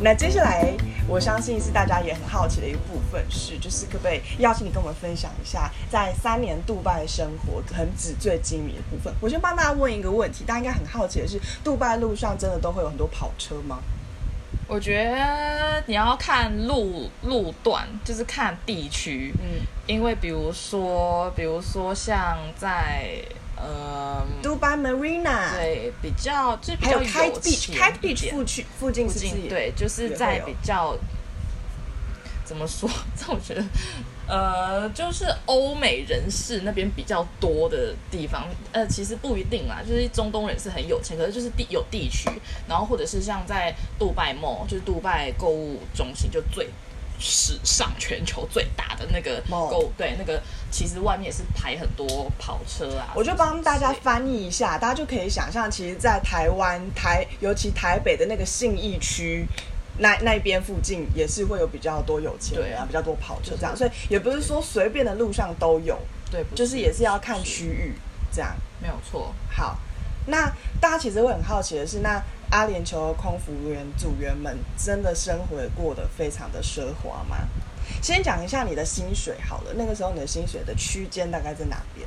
那接下来，我相信是大家也很好奇的一个部分是，就是可不可以邀请你跟我们分享一下，在三年杜拜生活很纸醉金迷的部分？我先帮大家问一个问题，大家应该很好奇的是，杜拜路上真的都会有很多跑车吗？我觉得你要看路路段，就是看地区，嗯，因为比如说，比如说像在呃，杜拜 Marina，，对，比较就比还较有 Kite 有 Beach 钱 Kite 一点 Beach 附区附近附是不是近也？对，就是也在会有比较怎么说？ 这我觉得，呃，就是欧美人士那边比较多的地方，呃，其实不一定啦，就是中东人是很有钱，可是就是地有地区，然后或者是像在杜拜 mall，就是杜拜购物中心就最。史上全球最大的那个 Mall 购物对那个其实外面也是排很多跑车啊，我就帮大家之类的翻译一下，大家就可以想象，其实，在台湾台，尤其台北的那个信义区。那那边附近也是会有比较多有钱人啊，对比较多跑车这样，就是所以也不是说随便的路上都有，对，不就是也是要看区域这样。没有错，好，那大家其实会很好奇的是，那阿联酋的空服员组员们真的生活也过得非常的奢华吗？先讲一下你的薪水好了，那个时候你的薪水的区间大概在哪边？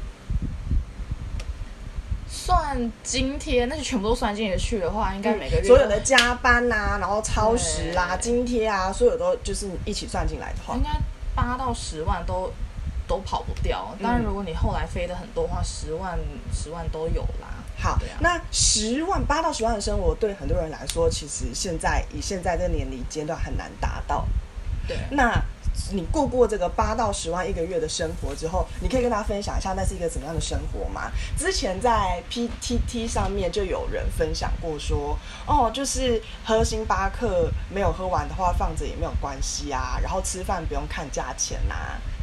算津贴，那就全部都算进去的话，应该每个月、嗯所有的加班呐、然后超时啦、对嗯津贴啊，所有都就是你一起算进来的话应，该八到十万都都跑不掉。嗯当然，如果你后来飞的很多的话，十万十万都有啦。好，对啊那十万八到十万的生活，对很多人来说，其实现在以现在这个年龄阶段很难达到。对，啊那你过过这个八到十万一个月的生活之后，你可以跟大家分享一下那是一个怎么样的生活吗？之前在 PTT 上面就有人分享过说，哦，就是喝星巴克没有喝完的话放着也没有关系啊，然后吃饭不用看价钱呐、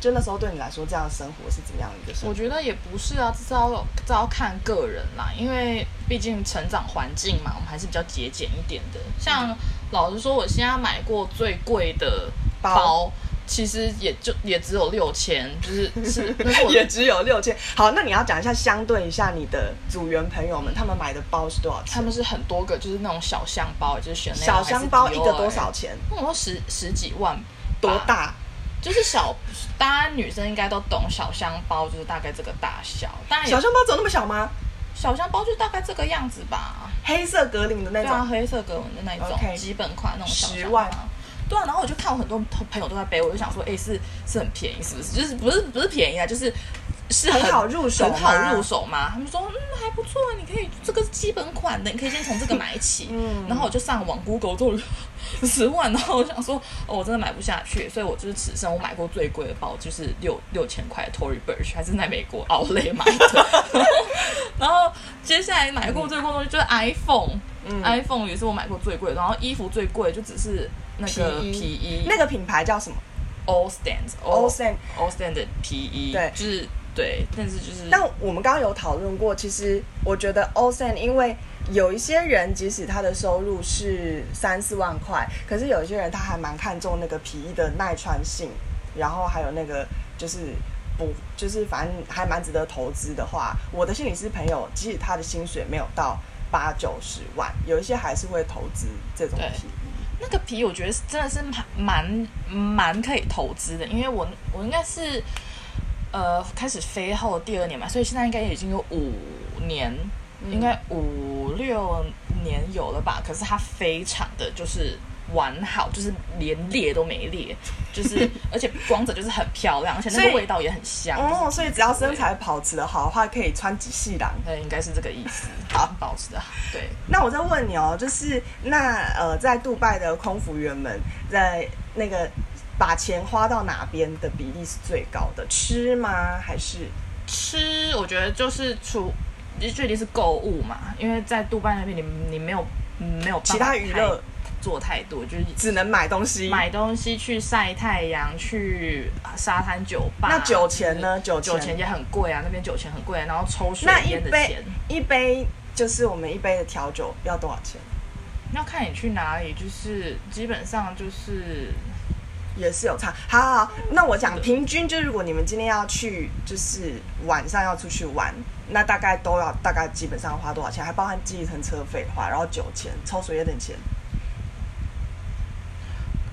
就那时候对你来说，这样的生活是怎么样的一个生我活？觉得也不是啊，这是要这要看个人啦，因为毕竟成长环境嘛，我们还是比较节俭一点的。像老实说，我现在买过最贵的包其实也就也只有六千，就是 是那是我也只有六千。好，那你要讲一下，相对一下你的组员朋友们，他们买的包是多少钱？他们是很多个，就是那种小香包，就是欸选那小香包一个多少？钱？那种十十几万吧，多大？就是小，大家女生应该都懂小香包，就是大概这个大小。当然也小香包只有那么小吗？小香包就大概这个样子吧，黑色格林的那对啊，种，黑色格纹的那一种 OK 基本款那种小香10包万。对啊，然后我就看我很多朋友都在背，我就想说，哎、是是很便宜，是不是？就是不是不是便宜啊，就是是很好入手吗很好入手嘛。他们说，嗯，还不错啊，你可以这个是基本款的，你可以先从 这个买起。嗯然后我就上网 Google 做 十万，然后我想说，哦，我真的买不下去，所以我就是此生我买过最贵的包就是六六千块的 Tory Burch，还是在美国奥莱买的。然后接下来买过最贵的东西就是 iPhone，iPhone、iPhone 嗯也是我买过最贵的，然后衣服最贵就只是那个皮衣 PE，那个品牌叫什么 All Stands ？All s a n All Stand 的 PE，对就是对，但是就是但我们刚刚有讨论过，其实我觉得 All s a n 因为有一些人即使他的收入是三四万块，可是有一些人他还蛮看重那个皮衣的耐穿性，然后还有那个就是。不，就是反正还蛮值得投资的话，我的心理师朋友，即使他的薪水没有到八九十万，有一些还是会投资这种对皮衣。那个皮我觉得是真的是蛮蛮蛮可以投资的，因为我我应该是呃开始飞后第二年嘛，所以现在应该已经有五年，嗯应该五六年有了吧。可是它非常的就是完好，就是连裂都没裂，就是而且光泽就是很漂亮，而且那所以个味道也很香。哦，就是所以只要身材保持的好的话，可以穿几细囊。对，应该是这个意思。好，保持的好，对。那我再问你哦，就是那呃，在杜拜的空服员们在那个把钱花到哪边的比例是最高的？吃吗？还是吃，我觉得就是除，就一定是购物嘛，因为在杜拜那边你你没有嗯没有办法其他娱乐太做太多，就是只能买东西？买东西去晒太阳，去沙滩酒吧。那酒钱呢？酒就是？酒钱钱也很贵啊，那边酒钱很贵、然后抽水那一烟的杯钱，一杯就是我们一杯的调酒要多少钱？要看你去哪里，就是基本上就是也是有差。好好好，那我讲是的平均，就是如果你们今天要去，就是晚上要出去玩，那大概都要大概基本上花多少钱？还包含计程车费的话，然后酒钱、抽水烟的钱，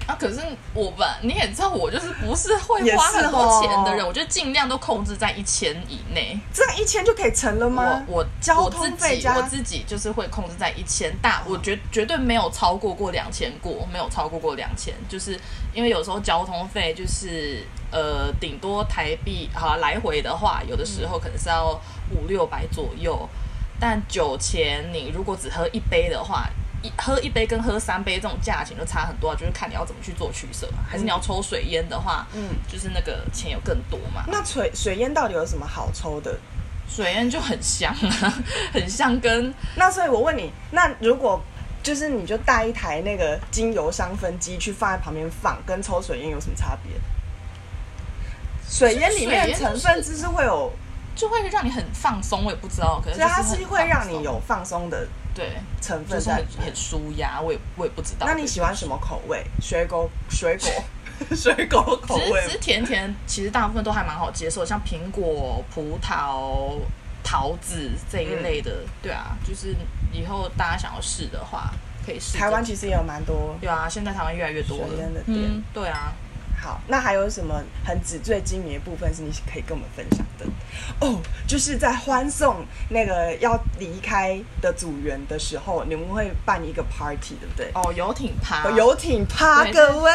啊，可是我吧，你也知道，我就是不是会也是花很多钱的人，哦我就尽量都控制在一千以内。这样一千就可以成了吗？我我交我自通费己加我自己就是会控制在一千大，我绝绝对没有超过过两千过，没有超过过两千，就是因为有时候交通费就是呃顶多台币好啊来回的话，有的嗯时候可能是要五六百左右，但酒钱你如果只喝一杯的话。一喝一杯跟喝三杯这种价钱就差很多啊、就是看你要怎么去做取舍啊，还是你要抽水烟的话，嗯就是那个钱有更多嘛。那水水烟到底有什么好抽的？水烟就很香啊， 很像跟那所以我问你，那如果就是你就带一台那个精油香氛机去放在旁边放，跟抽水烟有什么差别？水烟里面水的烟成就是分只是会有，就会让你很放松，我也不知道，可能所以啊它就是很会让放你松有放松的对，成就分是在很里面很。舒压，我也我也不知道。那你喜欢什么口味？水果水果水果口对？只是只味是甜甜，其实大部分都还蛮好接受，像苹果、葡萄、桃子这一类的，嗯对啊，就是以后大家想要试的话，可以试。台湾其实也有蛮多。对啊，现在台湾越来越多了水烟的店嗯，对啊，好，那还有什么很纸醉金迷的部分是你可以跟我们分享的？哦，就是在欢送那个要离开的组员的时候，你们会办一个 party，对不对？哦，游艇趴，游艇趴，对各位，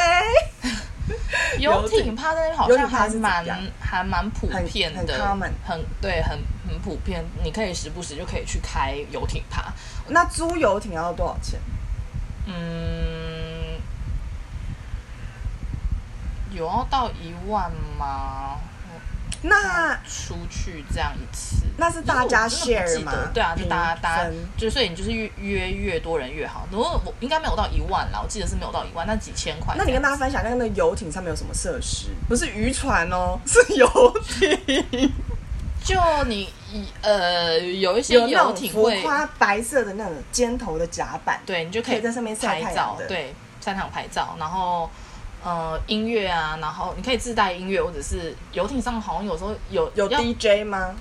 游艇趴在那边好游艇像趴还是怎蛮样还蛮普很遍很的， common 很对，很很普遍。你可以时不时就可以去开游艇趴，那租游艇要多少钱？嗯，有要到一万吗？那出去这样一次，那是大家可是我真的不 share 记吗得对啊，就大家平大家分就所以你就是约约越多人越好。如果我应该没有到一万啦，我记得是没有到一万，那几千块这样。那你跟大家分享那个游艇上面有什么设施？不是渔船哦， 是游艇，就你以呃有一些有那游种艇浮会，夸白色的那种尖头的甲板，对你就可以在上面晒太拍阳照的，对，擅长拍照，然后。呃，音乐啊，然后你可以自带音乐，或者是游艇上好像有时候有有要 DJ 吗？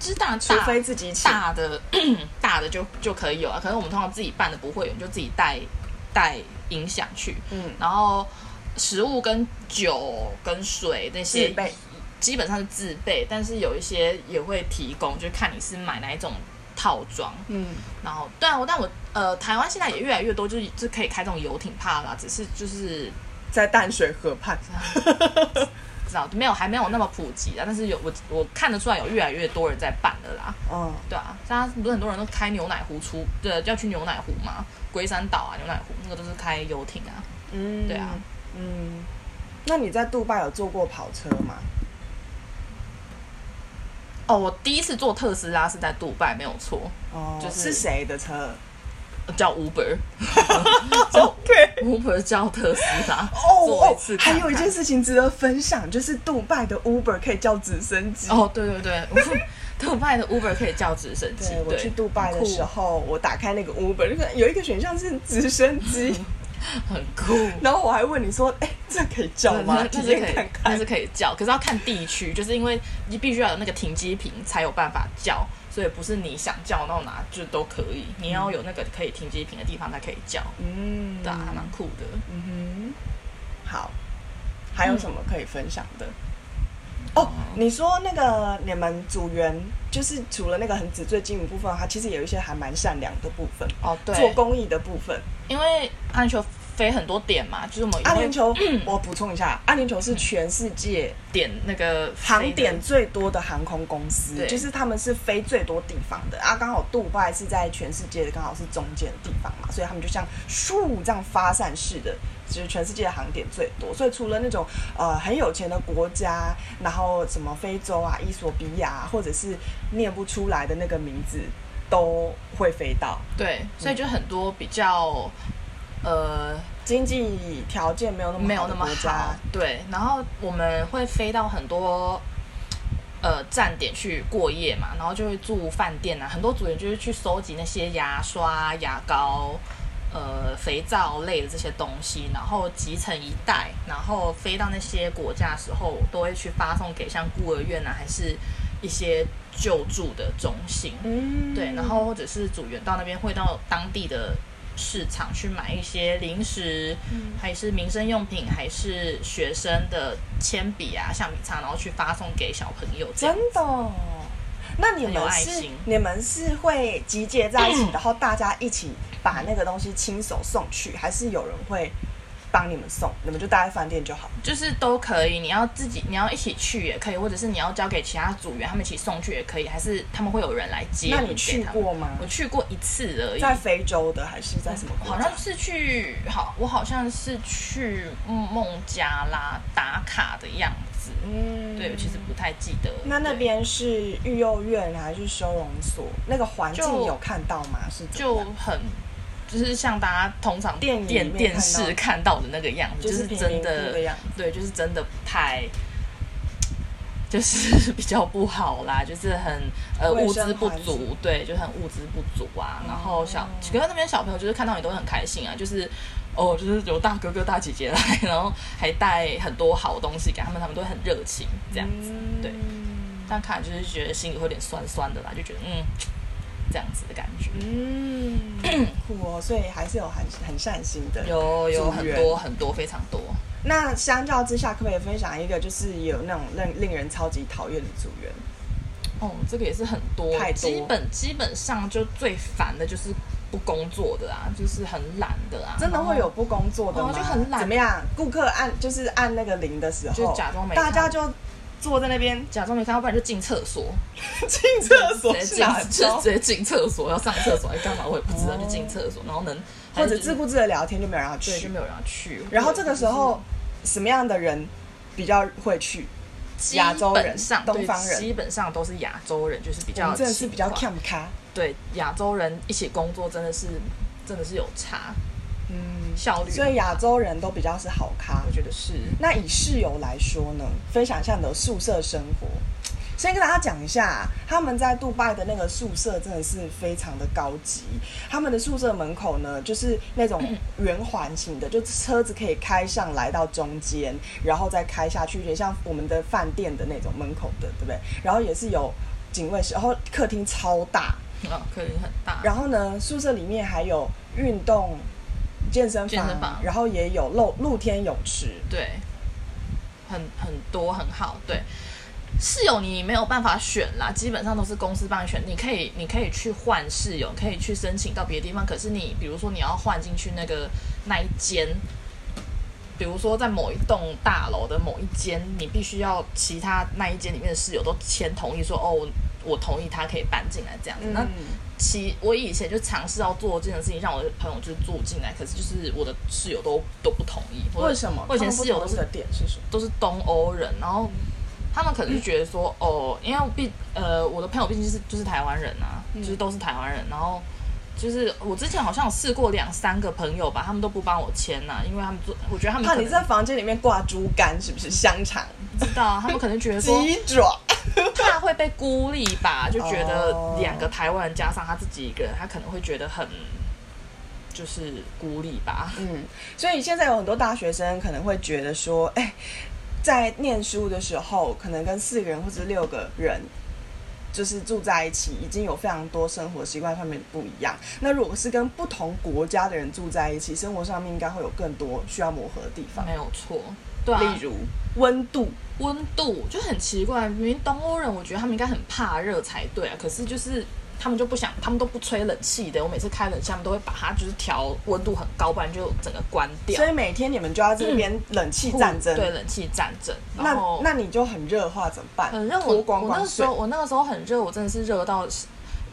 知大除大非自己请。大的 大的就就可以有啊。可能我们通常自己办的不会有，你就自己带带音响去，嗯然后食物跟酒跟水那些自备基本上是自备，但是有一些也会提供，就看你是买哪一种套装。嗯，然后对啊，我但我呃，台湾现在也越来越多，就是就可以开这种游艇趴啦，只是就是在淡水河畔，不知道没有还没有那么普及啊，但是有我我看得出来有越来越多人在办了啦。嗯，对啊，大家不是很多人都开牛奶湖出，对，要去牛奶湖嘛，龟山岛啊，牛奶湖那个都是开游艇啊。嗯，对啊，嗯，那你在杜拜有坐过跑车吗？哦，我第一次坐特斯拉是在杜拜，没有错，哦，就是是谁的车叫 Uber， ？OK， Uber 叫特斯拉，哦坐哦一哦次，看还看有一件事情值得分享，就是杜拜的 Uber 可以叫直升机。哦，对对对， 杜拜的 Uber 可以叫直升机对，，我对去杜拜的时，很候，我打开那个 Uber，那个有一个选项是直升 机，酷很酷。然后我还问你说，哎，这可以叫那吗？嗯那体是可验以看，那看是。可以叫，可是要看地区，就是因为你必须要有那个停机坪才有办法叫，所以不是你想叫到哪就都可以，你要有那个可以停机坪的地方才可以叫，嗯对啊，还蛮酷的。嗯哼，好，还有什么可以分享的？哦，你说那个你们组员，就是除了那个很纸醉金迷部分，他其实有一些还蛮善良的部分，哦，做对，公益的部分。因为阿联酋飞很多点嘛，就是我们也阿联会酋，我补充一下，阿联酋是全世界点那个航飞的点，最多的航空公司，对就是他们是飞最多地方的啊。刚好杜拜是在全世界刚好是中间的地方嘛，所以他们就像树这样发散式的，就是全世界的航点最多。所以除了那种呃很有钱的国家，然后什么非洲啊、伊索比亚、啊，或者是念不出来的那个名字，都会飞到。对，所以就很多比较呃经济条件没有那么没有好那的么国好家，，对。然后我们会飞到很多呃站点去过夜嘛，然后就会住饭店啊，很多组员就是去收集那些牙刷、牙膏。呃，肥皂类的这些东西，然后集成一袋，然后飞到那些国家的时候，都会去发送给像孤儿院啊，还是一些救助的中心。嗯对，然后或者是组员到那边会到当地的市场去买一些零食，嗯还是民生用品，还是学生的铅笔啊、橡皮擦，然后去发送给小朋友这样真。的哦。那你很有们爱是心你们是会集结在一起，然后大家一起把那个东西亲手送去，还是有人会帮你们送？你们就待在饭店就好。就是都可以，你要自己，你要一起去也可以，或者是你要交给其他组员，他们一起送去也可以，还是他们会有人来接那你你去给他们过吗我？去过一次而已，在非洲的还是在什么国好家像？是去好，我好像是去孟加拉打卡的样子。嗯对，我其实不太记得。那那对边是育幼院还是收容所？那个环境就有看到吗？是怎就么样很，就是像大家通常电影里电面电看到视的看到的那个样子，就就是是贫真民窟的的样对，就是真的不太。就是比较不好啦，就是很呃卫物生资不环足境，对，就很物资不足啊。然后小哦，可是那边小朋友就是看到你都会很开心啊，就是哦，就是有大哥哥大姐姐来，然后还带很多好东西给他们，他们都会很热情这样子。对嗯但看了就是觉得心里会有点酸酸的啦，就觉得嗯这样子的感觉。嗯， 酷哦，所以还是有很很善心的。有有组很员多很多非常多，那相较之下，可不可以分享一个就是有那种令令人超级讨厌的组员？哦，这个也是很多，太多基本基本上就最烦的就是不工作的啊，就是很懒的啊，真的然后会有不工作的吗？哦就很懒怎么样？顾客按就是按那个铃的时候，就假装没看大家就坐在那边 假装没看到，不然就进厕所，进厕所直是哦接哪进就招直？接进厕所，要上厕所还哎干嘛我也不知道，哦就进厕所，然后能 或者是自顾自的聊天就没有让他对就去。没有人要去，然后这个时候，什么样的人比较会去？基亚洲人本上东方对人基本上都是亚洲人，就是比我较们真的是比较勤快 cam 咖，对亚洲人一起工作真的是真的是有差嗯，效率，所以亚洲人都比较是好咖我。觉得是。那以室友来说呢，分享一下你的宿舍生活。先跟大家讲一下，啊他们在杜拜的那个宿舍真的是非常的高级。他们的宿舍门口呢，就是那种圆环型的，就车子可以开上来到中间，然后再开下去，有点像我们的饭店的那种门口的，对不对？然后也是有警卫室，然后客厅超大，啊，可能很大。然后呢，宿舍里面还有运动健身房，健身房然后也有露露天泳池。对，很很多很好，对。室友你没有办法选啦，基本上都是公司帮你选。你可以，你可以去换室友，可以去申请到别的地方。可是你，比如说你要换进去那个那一间，比如说在某一栋大楼的某一间，你必须要其他那一间里面的室友都签同意说，哦，我我同意他可以搬进来这样子。那嗯其我以前就尝试要做这件事情，让我的朋友就是住进来，可是就是我的室友都都不同意。或者为什么？我以前他们不室友同都意是的点是什么？都是东欧人，然后他们可能就觉得说，哦，因为我毕呃我的朋友毕竟是就是台湾人啊，嗯就是都是台湾人，然后就是我之前好像有试过两三个朋友吧，他们都不帮我签呐、因为他们做，我觉得他们怕可你能在房间里面挂猪肝是不是？香肠、不知道啊，他们可能觉得说 鸡爪，怕会被孤立吧，就觉哦得两个台湾人加上他自己一个人，他可能会觉得很就是孤立吧。嗯，所以现在有很多大学生可能会觉得说，哎、在念书的时候，可能跟四个人或者六个人。就是住在一起，已经有非常多生活习惯上面不一样。那如果是跟不同国家的人住在一起，生活上面应该会有更多需要磨合的地方，没有错，对啊，例如温度。温度就很奇怪，明明东欧人，我觉得他们应该很怕热才对啊，可是就是他们就不想，他们都不吹冷气的。我每次开冷气，他们都会把它就是调温度很高，不然就整个关掉。所以每天你们就要这边冷气战争，对冷气战争，那然后那你就很热的话怎么办？很热。我脱光我光那时睡候我那个时候很热，我真的是热到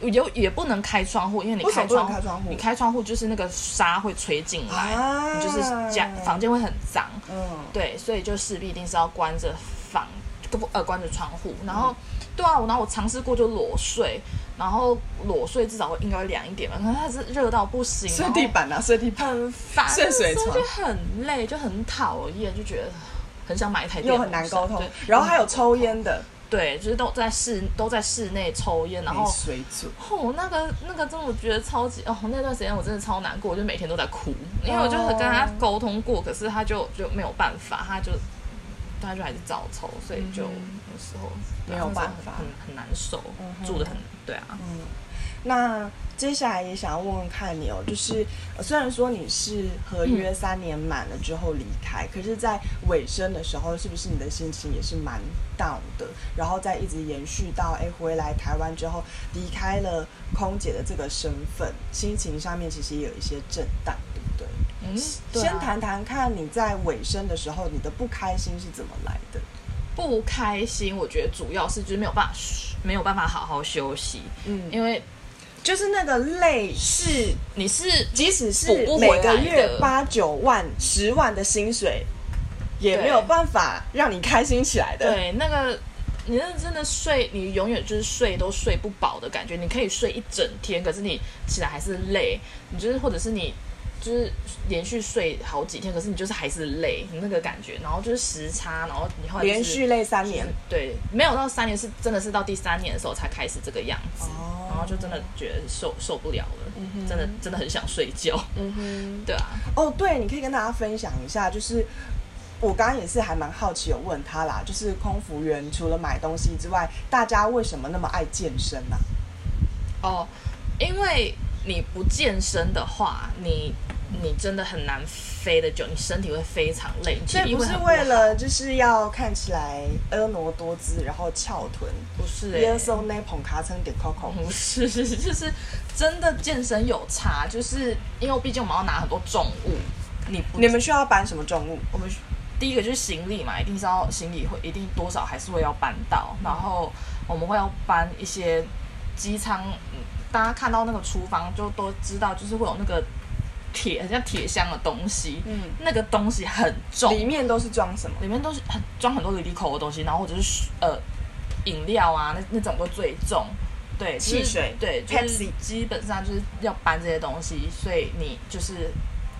有也不能开窗户，因为你为什么开不能窗户开窗户你开窗户就是那个沙会吹进来，啊哎你就是家房间会很脏。嗯，对，所以就势必一定是要关着房，不呃关着窗户。嗯然后，对啊，我然后我尝试过就裸睡，然后裸睡至少会应该会凉一点吧，可是它是热到不行，睡地板啊，睡地板，然后很烦，睡水床那时候就很累，就很讨厌，就觉得很想买一台电又风扇，很难沟通对。然后还有抽，烟的，对，就是都在室都在室内抽烟，然没后。水准。哦，那个那个真的我觉得超级哦，那段时间我真的超难过，我就每天都在哭，因哦为我就跟他沟通过，可是他就就没有办法，他就他就还是照抽，所以就嗯有时候没有办法很很难受嗯，哼住的很对啊，那接下来也想要问问看你哦，就是呃虽然说你嗯是合约三年满了之后离开，可是，在尾声的时候，是不是你的心情也是蛮 down 的？然后再一直延续到哎回来台湾之后，离开了空姐的这个身份，心情上面其实也有一些震荡，对不对？嗯，对啊先谈谈看你在尾声的时候，你的不开心是怎么来的？不开心，我觉得主要是就是没有办法没有办法好好休息，嗯，因为就是那个累是，你是即使是补不回每个来的月八九万、十万的薪水，也对没有办法让你开心起来的。对那个。你那真的睡，你永远就是睡都睡不饱的感觉。你可以睡一整天，可是你起来还是累。你就是，或者是你就是连续睡好几天，可是你就是还是累，你那个感觉。然后就是时差，然后你后来、就是、连续累三年，对，没有到三年是真的是到第三年的时候才开始这个样子，哦然后就真的觉得受受不了了，嗯哼真的真的很想睡觉，嗯哼。对啊，哦，对，你可以跟大家分享一下，就是我刚刚也是还蛮好奇，有问他啦，就是空服员除了买东西之外，大家为什么那么爱健身啊呢、哦，因为你不健身的话，你你真的很难飞的久，你身体会非常累，你所体以力不会是很好为了就是要看起来婀娜多姿，然后翘臀，不是、欸、耶稣那捧卡称给 Coco，不是，就是真的健身有差，就是因为毕竟我们要拿很多重物，你不你们需要搬什么重物？我们第一个就是行李嘛，一定是要行李会一定多少还是会要搬到，然后我们会要搬一些机舱，嗯大家看到那个厨房就都知道，就是会有那个铁很像铁箱的东西，嗯，那个东西很重，里面都是装什么？里面都是很装很多离离口的东西，然后或者是水呃饮料啊，那那种都最重。对，就是汽水对，就是 Pepsi 基本上就是要搬这些东西，所以你就是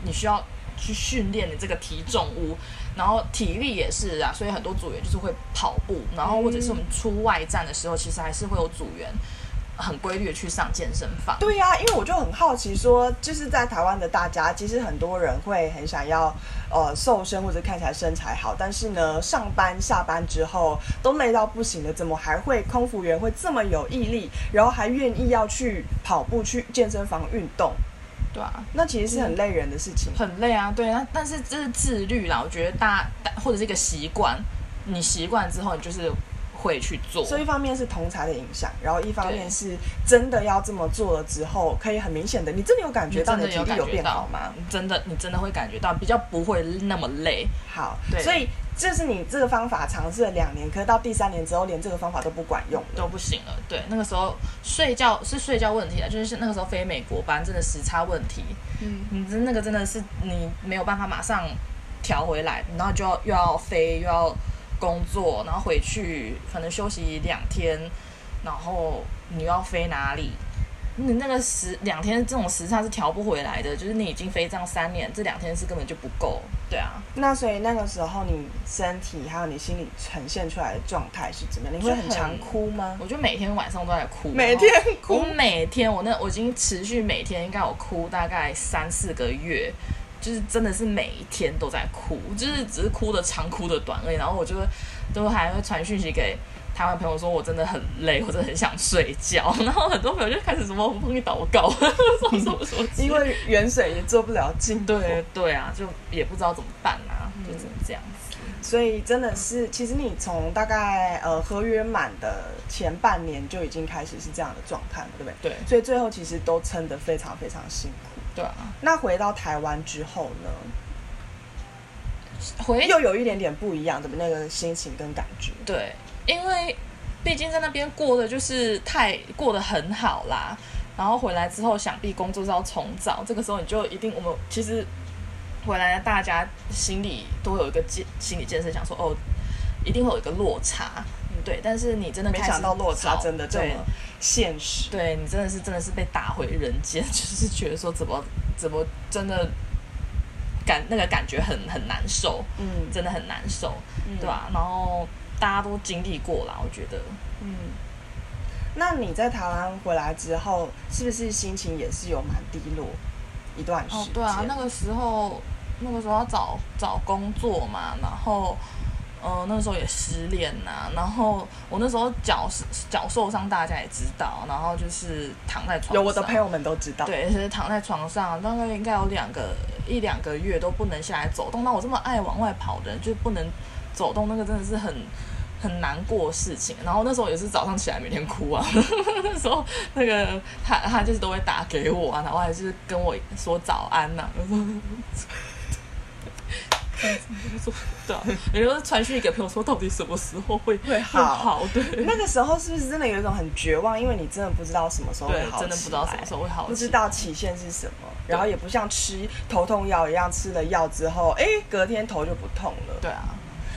你需要去训练你这个提重物，然后体力也是啊，所以很多组员就是会跑步，然后或者是我们出外站的时候，其实还是会有组员很规律的去上健身房。对呀、因为我就很好奇说，就是在台湾的大家，其实很多人会很想要呃瘦身或者看起来身材好，但是呢，上班下班之后都累到不行了，怎么还会空服员会这么有毅力，然后还愿意要去跑步、去健身房运动？对啊，那其实是很累人的事情。很累啊，对啊，但是这是自律啦，我觉得大大或者是一个习惯，你习惯之后，你就是会去做。所以一方面是同才的影响，然后一方面对是真的要这么做了之后，可以很明显的，你真的有感觉到你的体力有变好吗？你真的你真的会感觉到比较不会那么累。好，对所以这是你这个方法尝试了两年，可是到第三年之后，连这个方法都不管用了。都不行了，对，那个时候睡觉是睡觉问题啊，就是那个时候飞美国班真的时差问题，嗯，你真那个真的是你没有办法马上调回来，然后就要又要飞又要工作，然后回去可能休息两天，然后你又要飞哪里？你那个时两天这种时差是调不回来的，就是你已经飞这样三年，这两天是根本就不够。对啊，那所以那个时候你身体还有你心里呈现出来的状态是怎么样？你会很嗯常哭吗？我就每天晚上都在哭，每天哭我每天我那我已经持续每天应该有哭大概三四个月，就是真的是每一天都在哭，就是只是哭的长哭的短而已。然后我就会都还会传讯息给台湾朋友说我真的很累，我真的很想睡觉。然后很多朋友就开始什么我帮你祷告， 什么什么什么之类的，因为远水也做不了近火，对对啊，就也不知道怎么办啊，就只能这样子。所以真的是，其实你从大概呃合约满的前半年就已经开始是这样的状态了，对不对？对所以最后其实都撑得非常非常辛苦。对啊，那回到台湾之后呢，回又有一点点不一样，对不对？那个心情跟感觉。对，因为毕竟在那边过的就是太过得很好啦，然后回来之后想必工作是要重找，这个时候你就一定我们其实回来大家心里都会有一个建心理建设，想说哦，一定会有一个落差，对，但是你真的没开始想到落差找真的这对么现实。对你真的是真的是被打回人间，就是觉得说怎么怎么真的感那个感觉很很难受，嗯真的很难受，对吧、然后大家都经历过啦，我觉得嗯。那你在台湾回来之后，是不是心情也是有蛮低落一段哦时啊间？对啊，那个时候那个时候要找找工作嘛，然后呃，那个时候也失恋呐、然后我那时候脚是脚受伤，大家也知道，然后就是躺在床上，有我的朋友们都知道，对，是躺在床上，大概应该有两个一两个月都不能下来走动。那我这么爱往外跑的人，就不能走动，那个真的是很很难过的事情。然后那时候也是早上起来每天哭啊， 那时候那个他他就是都会打给我啊，然后还是跟我说早安呐、 啊，我说。对啊，也就是传讯给朋友说，到底什么时候会会好好？对，那个时候是不是真的有一种很绝望？因为你真的不知道什么时候会对，好真的不知道什么时候，候会好起来，不知道期限是什么，然后也不像吃头痛药一样，吃了药之后，哎、隔天头就不痛了。对啊，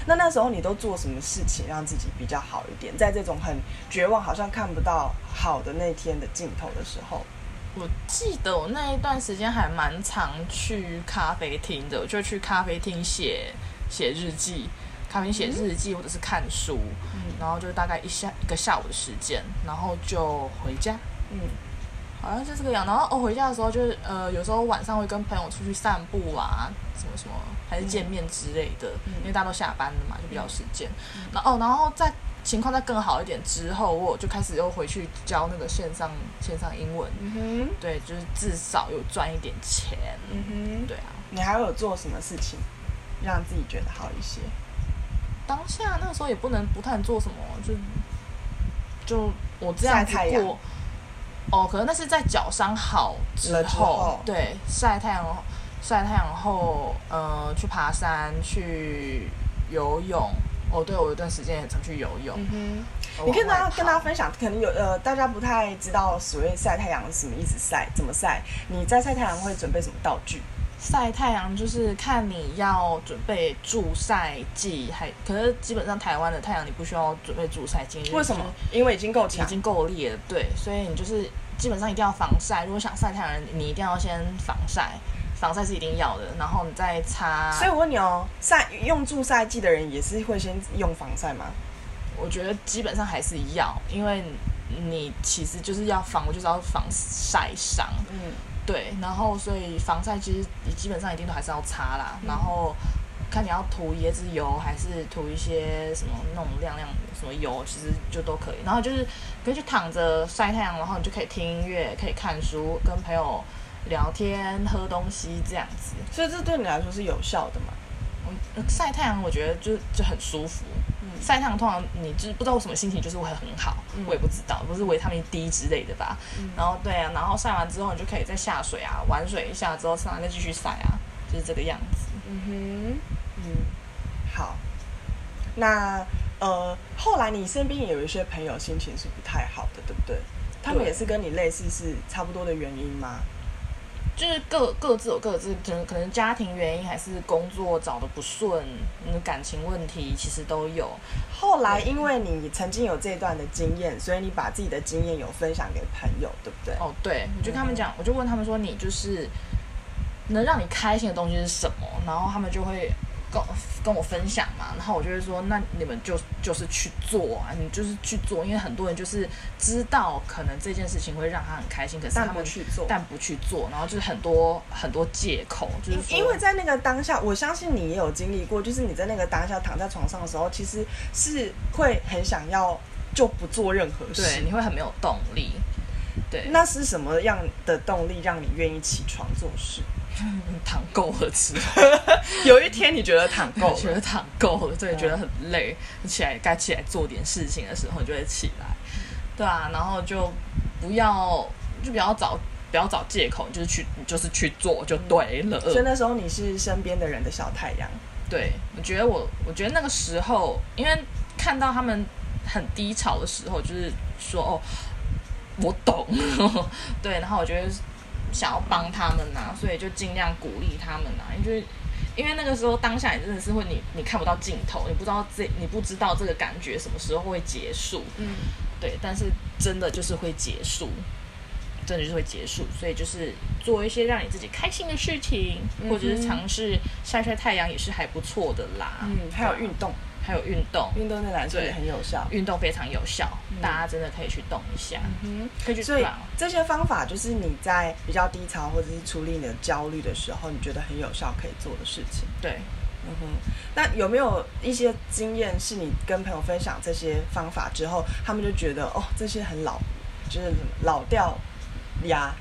那那时候你都做什么事情让自己比较好一点？在这种很绝望，好像看不到好的那天的尽头的时候，我记得我那一段时间还蛮常去咖啡厅的，我就去咖啡厅写写日记，咖啡厅写日记或者是看书，然后就大概一下一个下午的时间，然后就回家，嗯，好像是这个样。然后我、哦、回家的时候就是呃，有时候晚上会跟朋友出去散步啊，什么什么，还是见面之类的，因为大家都下班了嘛，就比较有时间。然后、哦、然后在情况再更好一点之后，我就开始又回去教那个线上线上英文。嗯哼，对，就是至少有赚一点钱。嗯哼，对啊，你还有做什么事情让自己觉得好一些？当下那个时候也不能不太做什么，就就我这晒样子太阳过。哦，可能那是在脚伤好之了后，之后对，晒太阳后，晒太阳后，呃，去爬山，去游泳。哦，对，我有一段时间也曾去游泳。嗯呃你可以跟往大外家跟大家跑分享，可能有呃，大家不太知道所谓晒太阳是什么意思晒，怎么晒？你在晒太阳会准备什么道具？晒太阳就是看你要准备助晒剂，还可是基本上台湾的太阳你不需要准备助晒剂，为什么？因为已经够已强，经够烈了，对，所以你就是基本上一定要防晒。如果想晒太阳，你一定要先防晒，防晒是一定要的，然后你再擦。所以我问你哦，晒用助晒剂的人也是会先用防晒吗？我觉得基本上还是要，因为你其实就是要防，就是要防晒伤，嗯，对，然后所以防晒其实你基本上一定都还是要擦啦，然后。看你要涂椰子油还是涂一些什么那种亮亮什么油，其实就都可以。然后就是可以去躺着晒太阳，然后你就可以听音乐，可以看书，跟朋友聊天、喝东西这样子。所以这对你来说是有效的嘛？我呃晒太阳，我觉得就就很舒服。嗯晒太阳通常你就是不知道为什么心情就是会很好，嗯我也不知道，不是维他命 D 之类的吧？然后对啊，然后晒完之后你就可以再下水啊，玩水一下之后上来再继续晒啊，就是这个样子。嗯哼，嗯，好。那呃，后来你身边也有一些朋友心情是不太好的，对不对？他们对也是跟你类似，是差不多的原因吗？就是各各自有各自，可能可能家庭原因还是工作找的不顺，嗯，感情问题其实都有。后来，因为你曾经有这段的经验，所以你把自己的经验有分享给朋友，对不对？哦，对，我就跟他们讲，我就问他们说，你就是能让你开心的东西是什么？然后他们就会跟我跟我分享嘛，然后我就会说，那你们就就是去做啊，你就是去做，因为很多人就是知道可能这件事情会让他很开心，可是但他不们去做。但不去做，然后就是很多很多借口，就是说因为在那个当下，我相信你也有经历过，就是你在那个当下躺在床上的时候，其实是会很想要就不做任何对事。你会很没有动力，对，那是什么样的动力让你愿意起床做事？躺够了之后。 有一天你觉得躺够我觉了，得躺够了，对，嗯觉得很累，起来该起来做点事情的时候，你就会起来，对啊，然后就不要就不要找不要找借口，就是去就是去做就对了。 所以那时候你是身边的人的小太阳。对，我觉得我我觉得那个时候，因为看到他们很低潮的时候，就是说哦，我懂， 对，然后我觉得想要帮他们呐、所以就尽量鼓励他们呐、因为就是因为那个时候当下你真的是会你你看不到尽头，你不知道这你不知道这个感觉什么时候会结束，嗯，对，但是真的就是会结束。真的就是会结束，所以就是做一些让你自己开心的事情，嗯哼或者是尝试晒晒太阳也是还不错的啦。啊嗯，还有运动，还有运动，运动对来说也对很有效。运动非常有效，大家真的可以去动一下，嗯，可以去啊所以跑。这些方法就是你在比较低潮或者是处理你的焦虑的时候，你觉得很有效可以做的事情。对，嗯哼，那有没有一些经验是你跟朋友分享这些方法之后，他们就觉得哦，这些很老，就是老掉牙？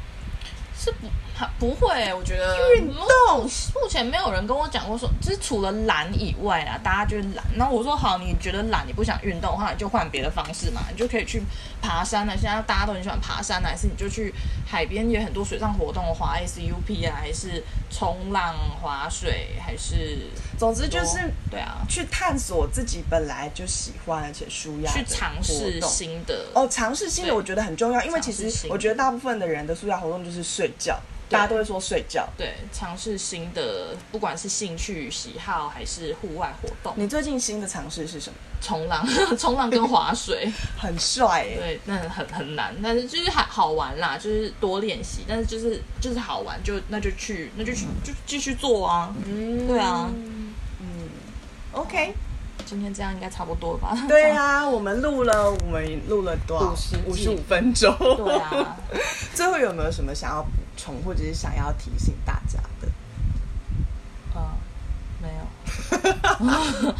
是不他不会，我觉得运动目目前没有人跟我讲过说，就是除了懒以外啊，大家就是懒。然后我说好，你觉得懒，你不想运动的话，你就换别的方式嘛，你就可以去爬山啊。现在大家都很喜欢爬山啊，还是你就去海边，也有很多水上活动，滑 SUP 啊，还是冲浪、划水，还是总之就是对啊，去探索自己本来就喜欢而且舒压的去尝试活动新的哦，尝试新的对我觉得很重要，因为其尝实试新的我觉得大部分的人的舒压活动就是睡觉，对大家都会说睡觉。对，尝试新的，不管是兴趣喜好还是户外活动，你最近新的尝试是什么？冲浪、 冲浪跟划水。很帅耶、对，那很很难，但是就是还好玩啦，就是多练习，但是就是就是好玩，就那就去，那就去就继续做啊。嗯对啊，哦嗯，OK，今天这样应该差不多了 吧？对啊，我们录了，我们录了多少？ 50五十五分钟。这样，对啊， 最后有没有什么想要补充，或者是想要提醒大家的？嗯，没有，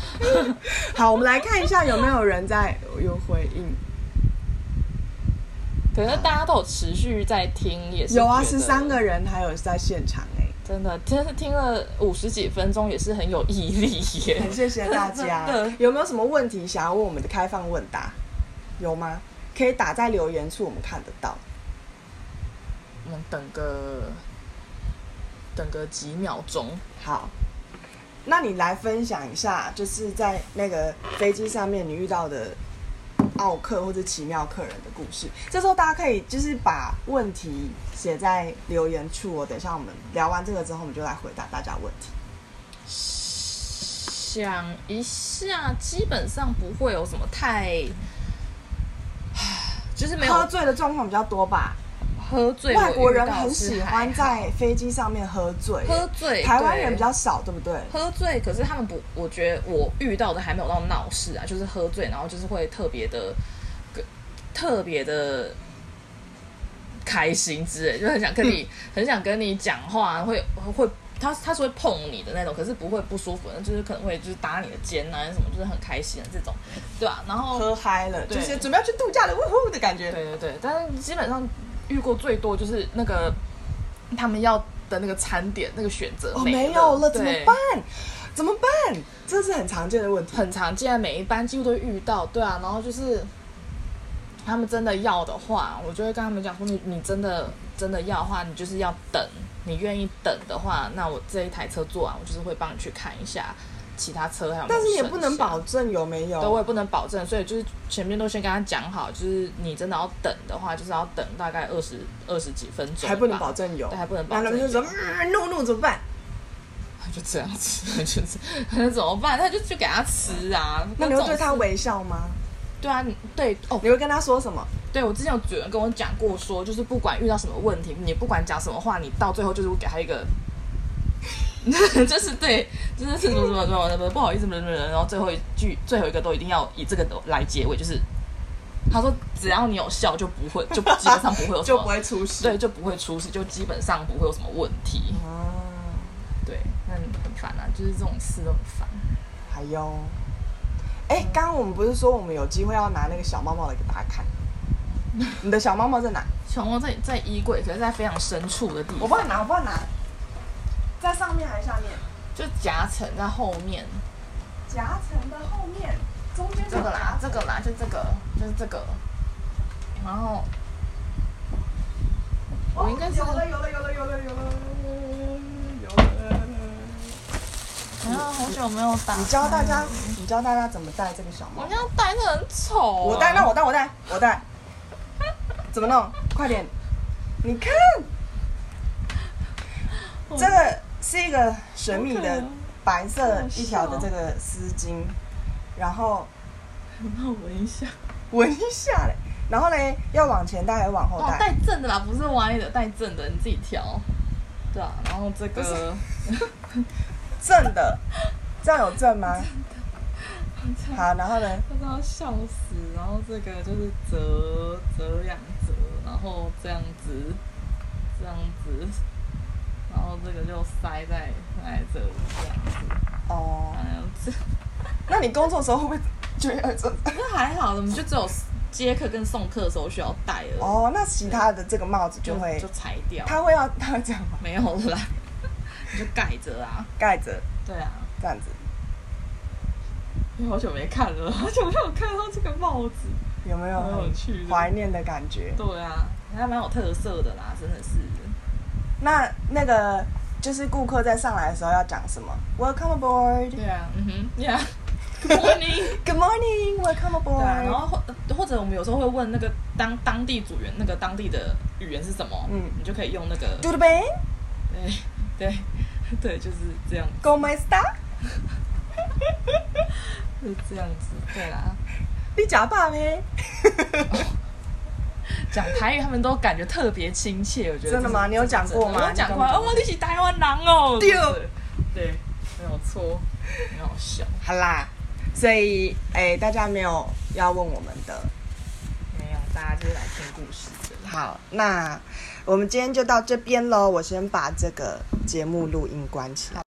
好，我们来看一下有没有人在有回应。可是大家都有持续在听，也是有啊，觉十得三个，人还有在现场哎、真的真是听了五十几分钟，也是很有毅力耶。很谢谢大 家真的。有没有什么问题想要问我们的开放问答？有吗？可以打在留言处，我们看得到。 我们等个等个几秒钟，好，那你来分享一下，就是在那个飞机上面你遇到的奥客或者奇妙客人的故事。这时候大家可以就是把问题写在留言处哦。等一下我们聊完这个之后，我们就来回答大家问题。想一下，基本上不会有什么太，就是没有喝醉的状况比较多吧？喝醉。外国人我遇到很的是喜还欢好在飞机上面喝醉耶，喝醉，台湾对人比较少，对不对？喝醉，可是他们不，我觉得我遇到的还没有到闹事啊，就是喝醉，然后就是会特别的，特别的开心之类，就很想跟嗯你，很想跟你讲话，会会。他他是会碰你的那种，可是不会不舒服的，就是可能会就是搭你的肩啊什么，就是很开心的这种，对啊，然后喝嗨了，对就是准备要去度假了，呜呼的感觉。对对对，但是基本上遇过最多就是那个他们要的那个餐点那个选择哦，没没有了，对怎么办？怎么办？这是很常见的问题。很常见，每一班几乎都会遇到，对啊，然后就是他们真的要的话，我就会跟他们讲说，你你真的真的要的话，你就是要等，你愿意等的话，那我这一台车做完，我就是会帮你去看一下其他车还有没有但是你也剩不能下保证有没对，我有。也不能保证，所以就是前面都先跟他讲好，就是你真的要等的话，就是要等大概二十二十几分钟吧，还不能保证有，对还不能保然后他证们就说，嗯，怒怒怎么办？ 就这样子， 就是那怎么办？那就去给他吃啊。那你这会种对他事微笑吗？对啊，你对哦，你会跟他说什么？对我之前有主人跟我讲过说，就是不管遇到什么问题，你不管讲什么话，你到最后就是会给他一个。 就是对，就是什么什么什么什么不好意思什么什么，然后最后一句最后一个都一定要以这个来结尾，就是他说只要你有笑就不会，就基本上不会有 什就么，不会出事。对，就不会出事，就基本上不会有什么问题。啊，对，那很烦啊，就是这种事都很烦。还有，哎，刚刚我们不是说我们有机会要拿那个小猫猫来给大 家看？你的小猫猫在哪？小猫在在衣柜，可是在非常深处的地方，我帮你拿，我帮你拿，在上面还是下面？就夹层在后面。夹层的后面，中间这个啦，这个啦，就这个，就是这个。然后我应该是哦有了有了有了有了有了有了。啊，好久没有打。你教大，家，你教大家怎么戴这个小我猫这？样戴着很丑、啊我戴，那。我戴，我戴，我戴。怎么弄？快点！你看，我这个是一个神秘哦好可爱的哦白色好一条的笑这个丝巾，然后那我闻一下。闻一下嘞，然后嘞要往前戴还是往后哦，戴？戴正的啦，不是歪的，戴正的，你自己调。对啊，然后这个正的，这样有正吗？好，然后呢？真的要笑死。然后这个就是折折两折，然后这样子，这样子，然后后这个就塞在塞在这里这样子，哦，反正这那你工作的时候会不会觉得这？那还好，我们就只有接客跟送客的时候需要戴而已，哦，那其他的这个帽子就就会嗯就，裁掉，他会要他会这样吗？没有了 啦，你就盖着啊，盖着对啊，这样子，因为好久没看了，好久没有看到这个帽子，有没有蛮有趣很的怀念的感觉？对啊，还蛮有特色的啦，真的是。那那个就是顾客在上来的时候要讲什么？Welcome aboard. 对啊，嗯哼，Yeah。Good morning。 Good morning. Welcome 对啊，然 aboard. 后或或者我们有时候会问那个当当地组员那个当地的语言是什么，嗯你就可以用那个 Tudo bem? 对对对，就是这样， Como está? 是这样子，对啦。你假欸爸咩？讲台语他们都感觉特别亲切，我觉得真的吗这是你有讲过吗我有讲过，你跟我哦，你是台湾人哦，对啊就是对，没有错，很好笑，好啦，所以哎、大家没有要问我们的，没有，大家就是来听故事的，好，那我们今天就到这边喽。我先把这个节目录音关起来。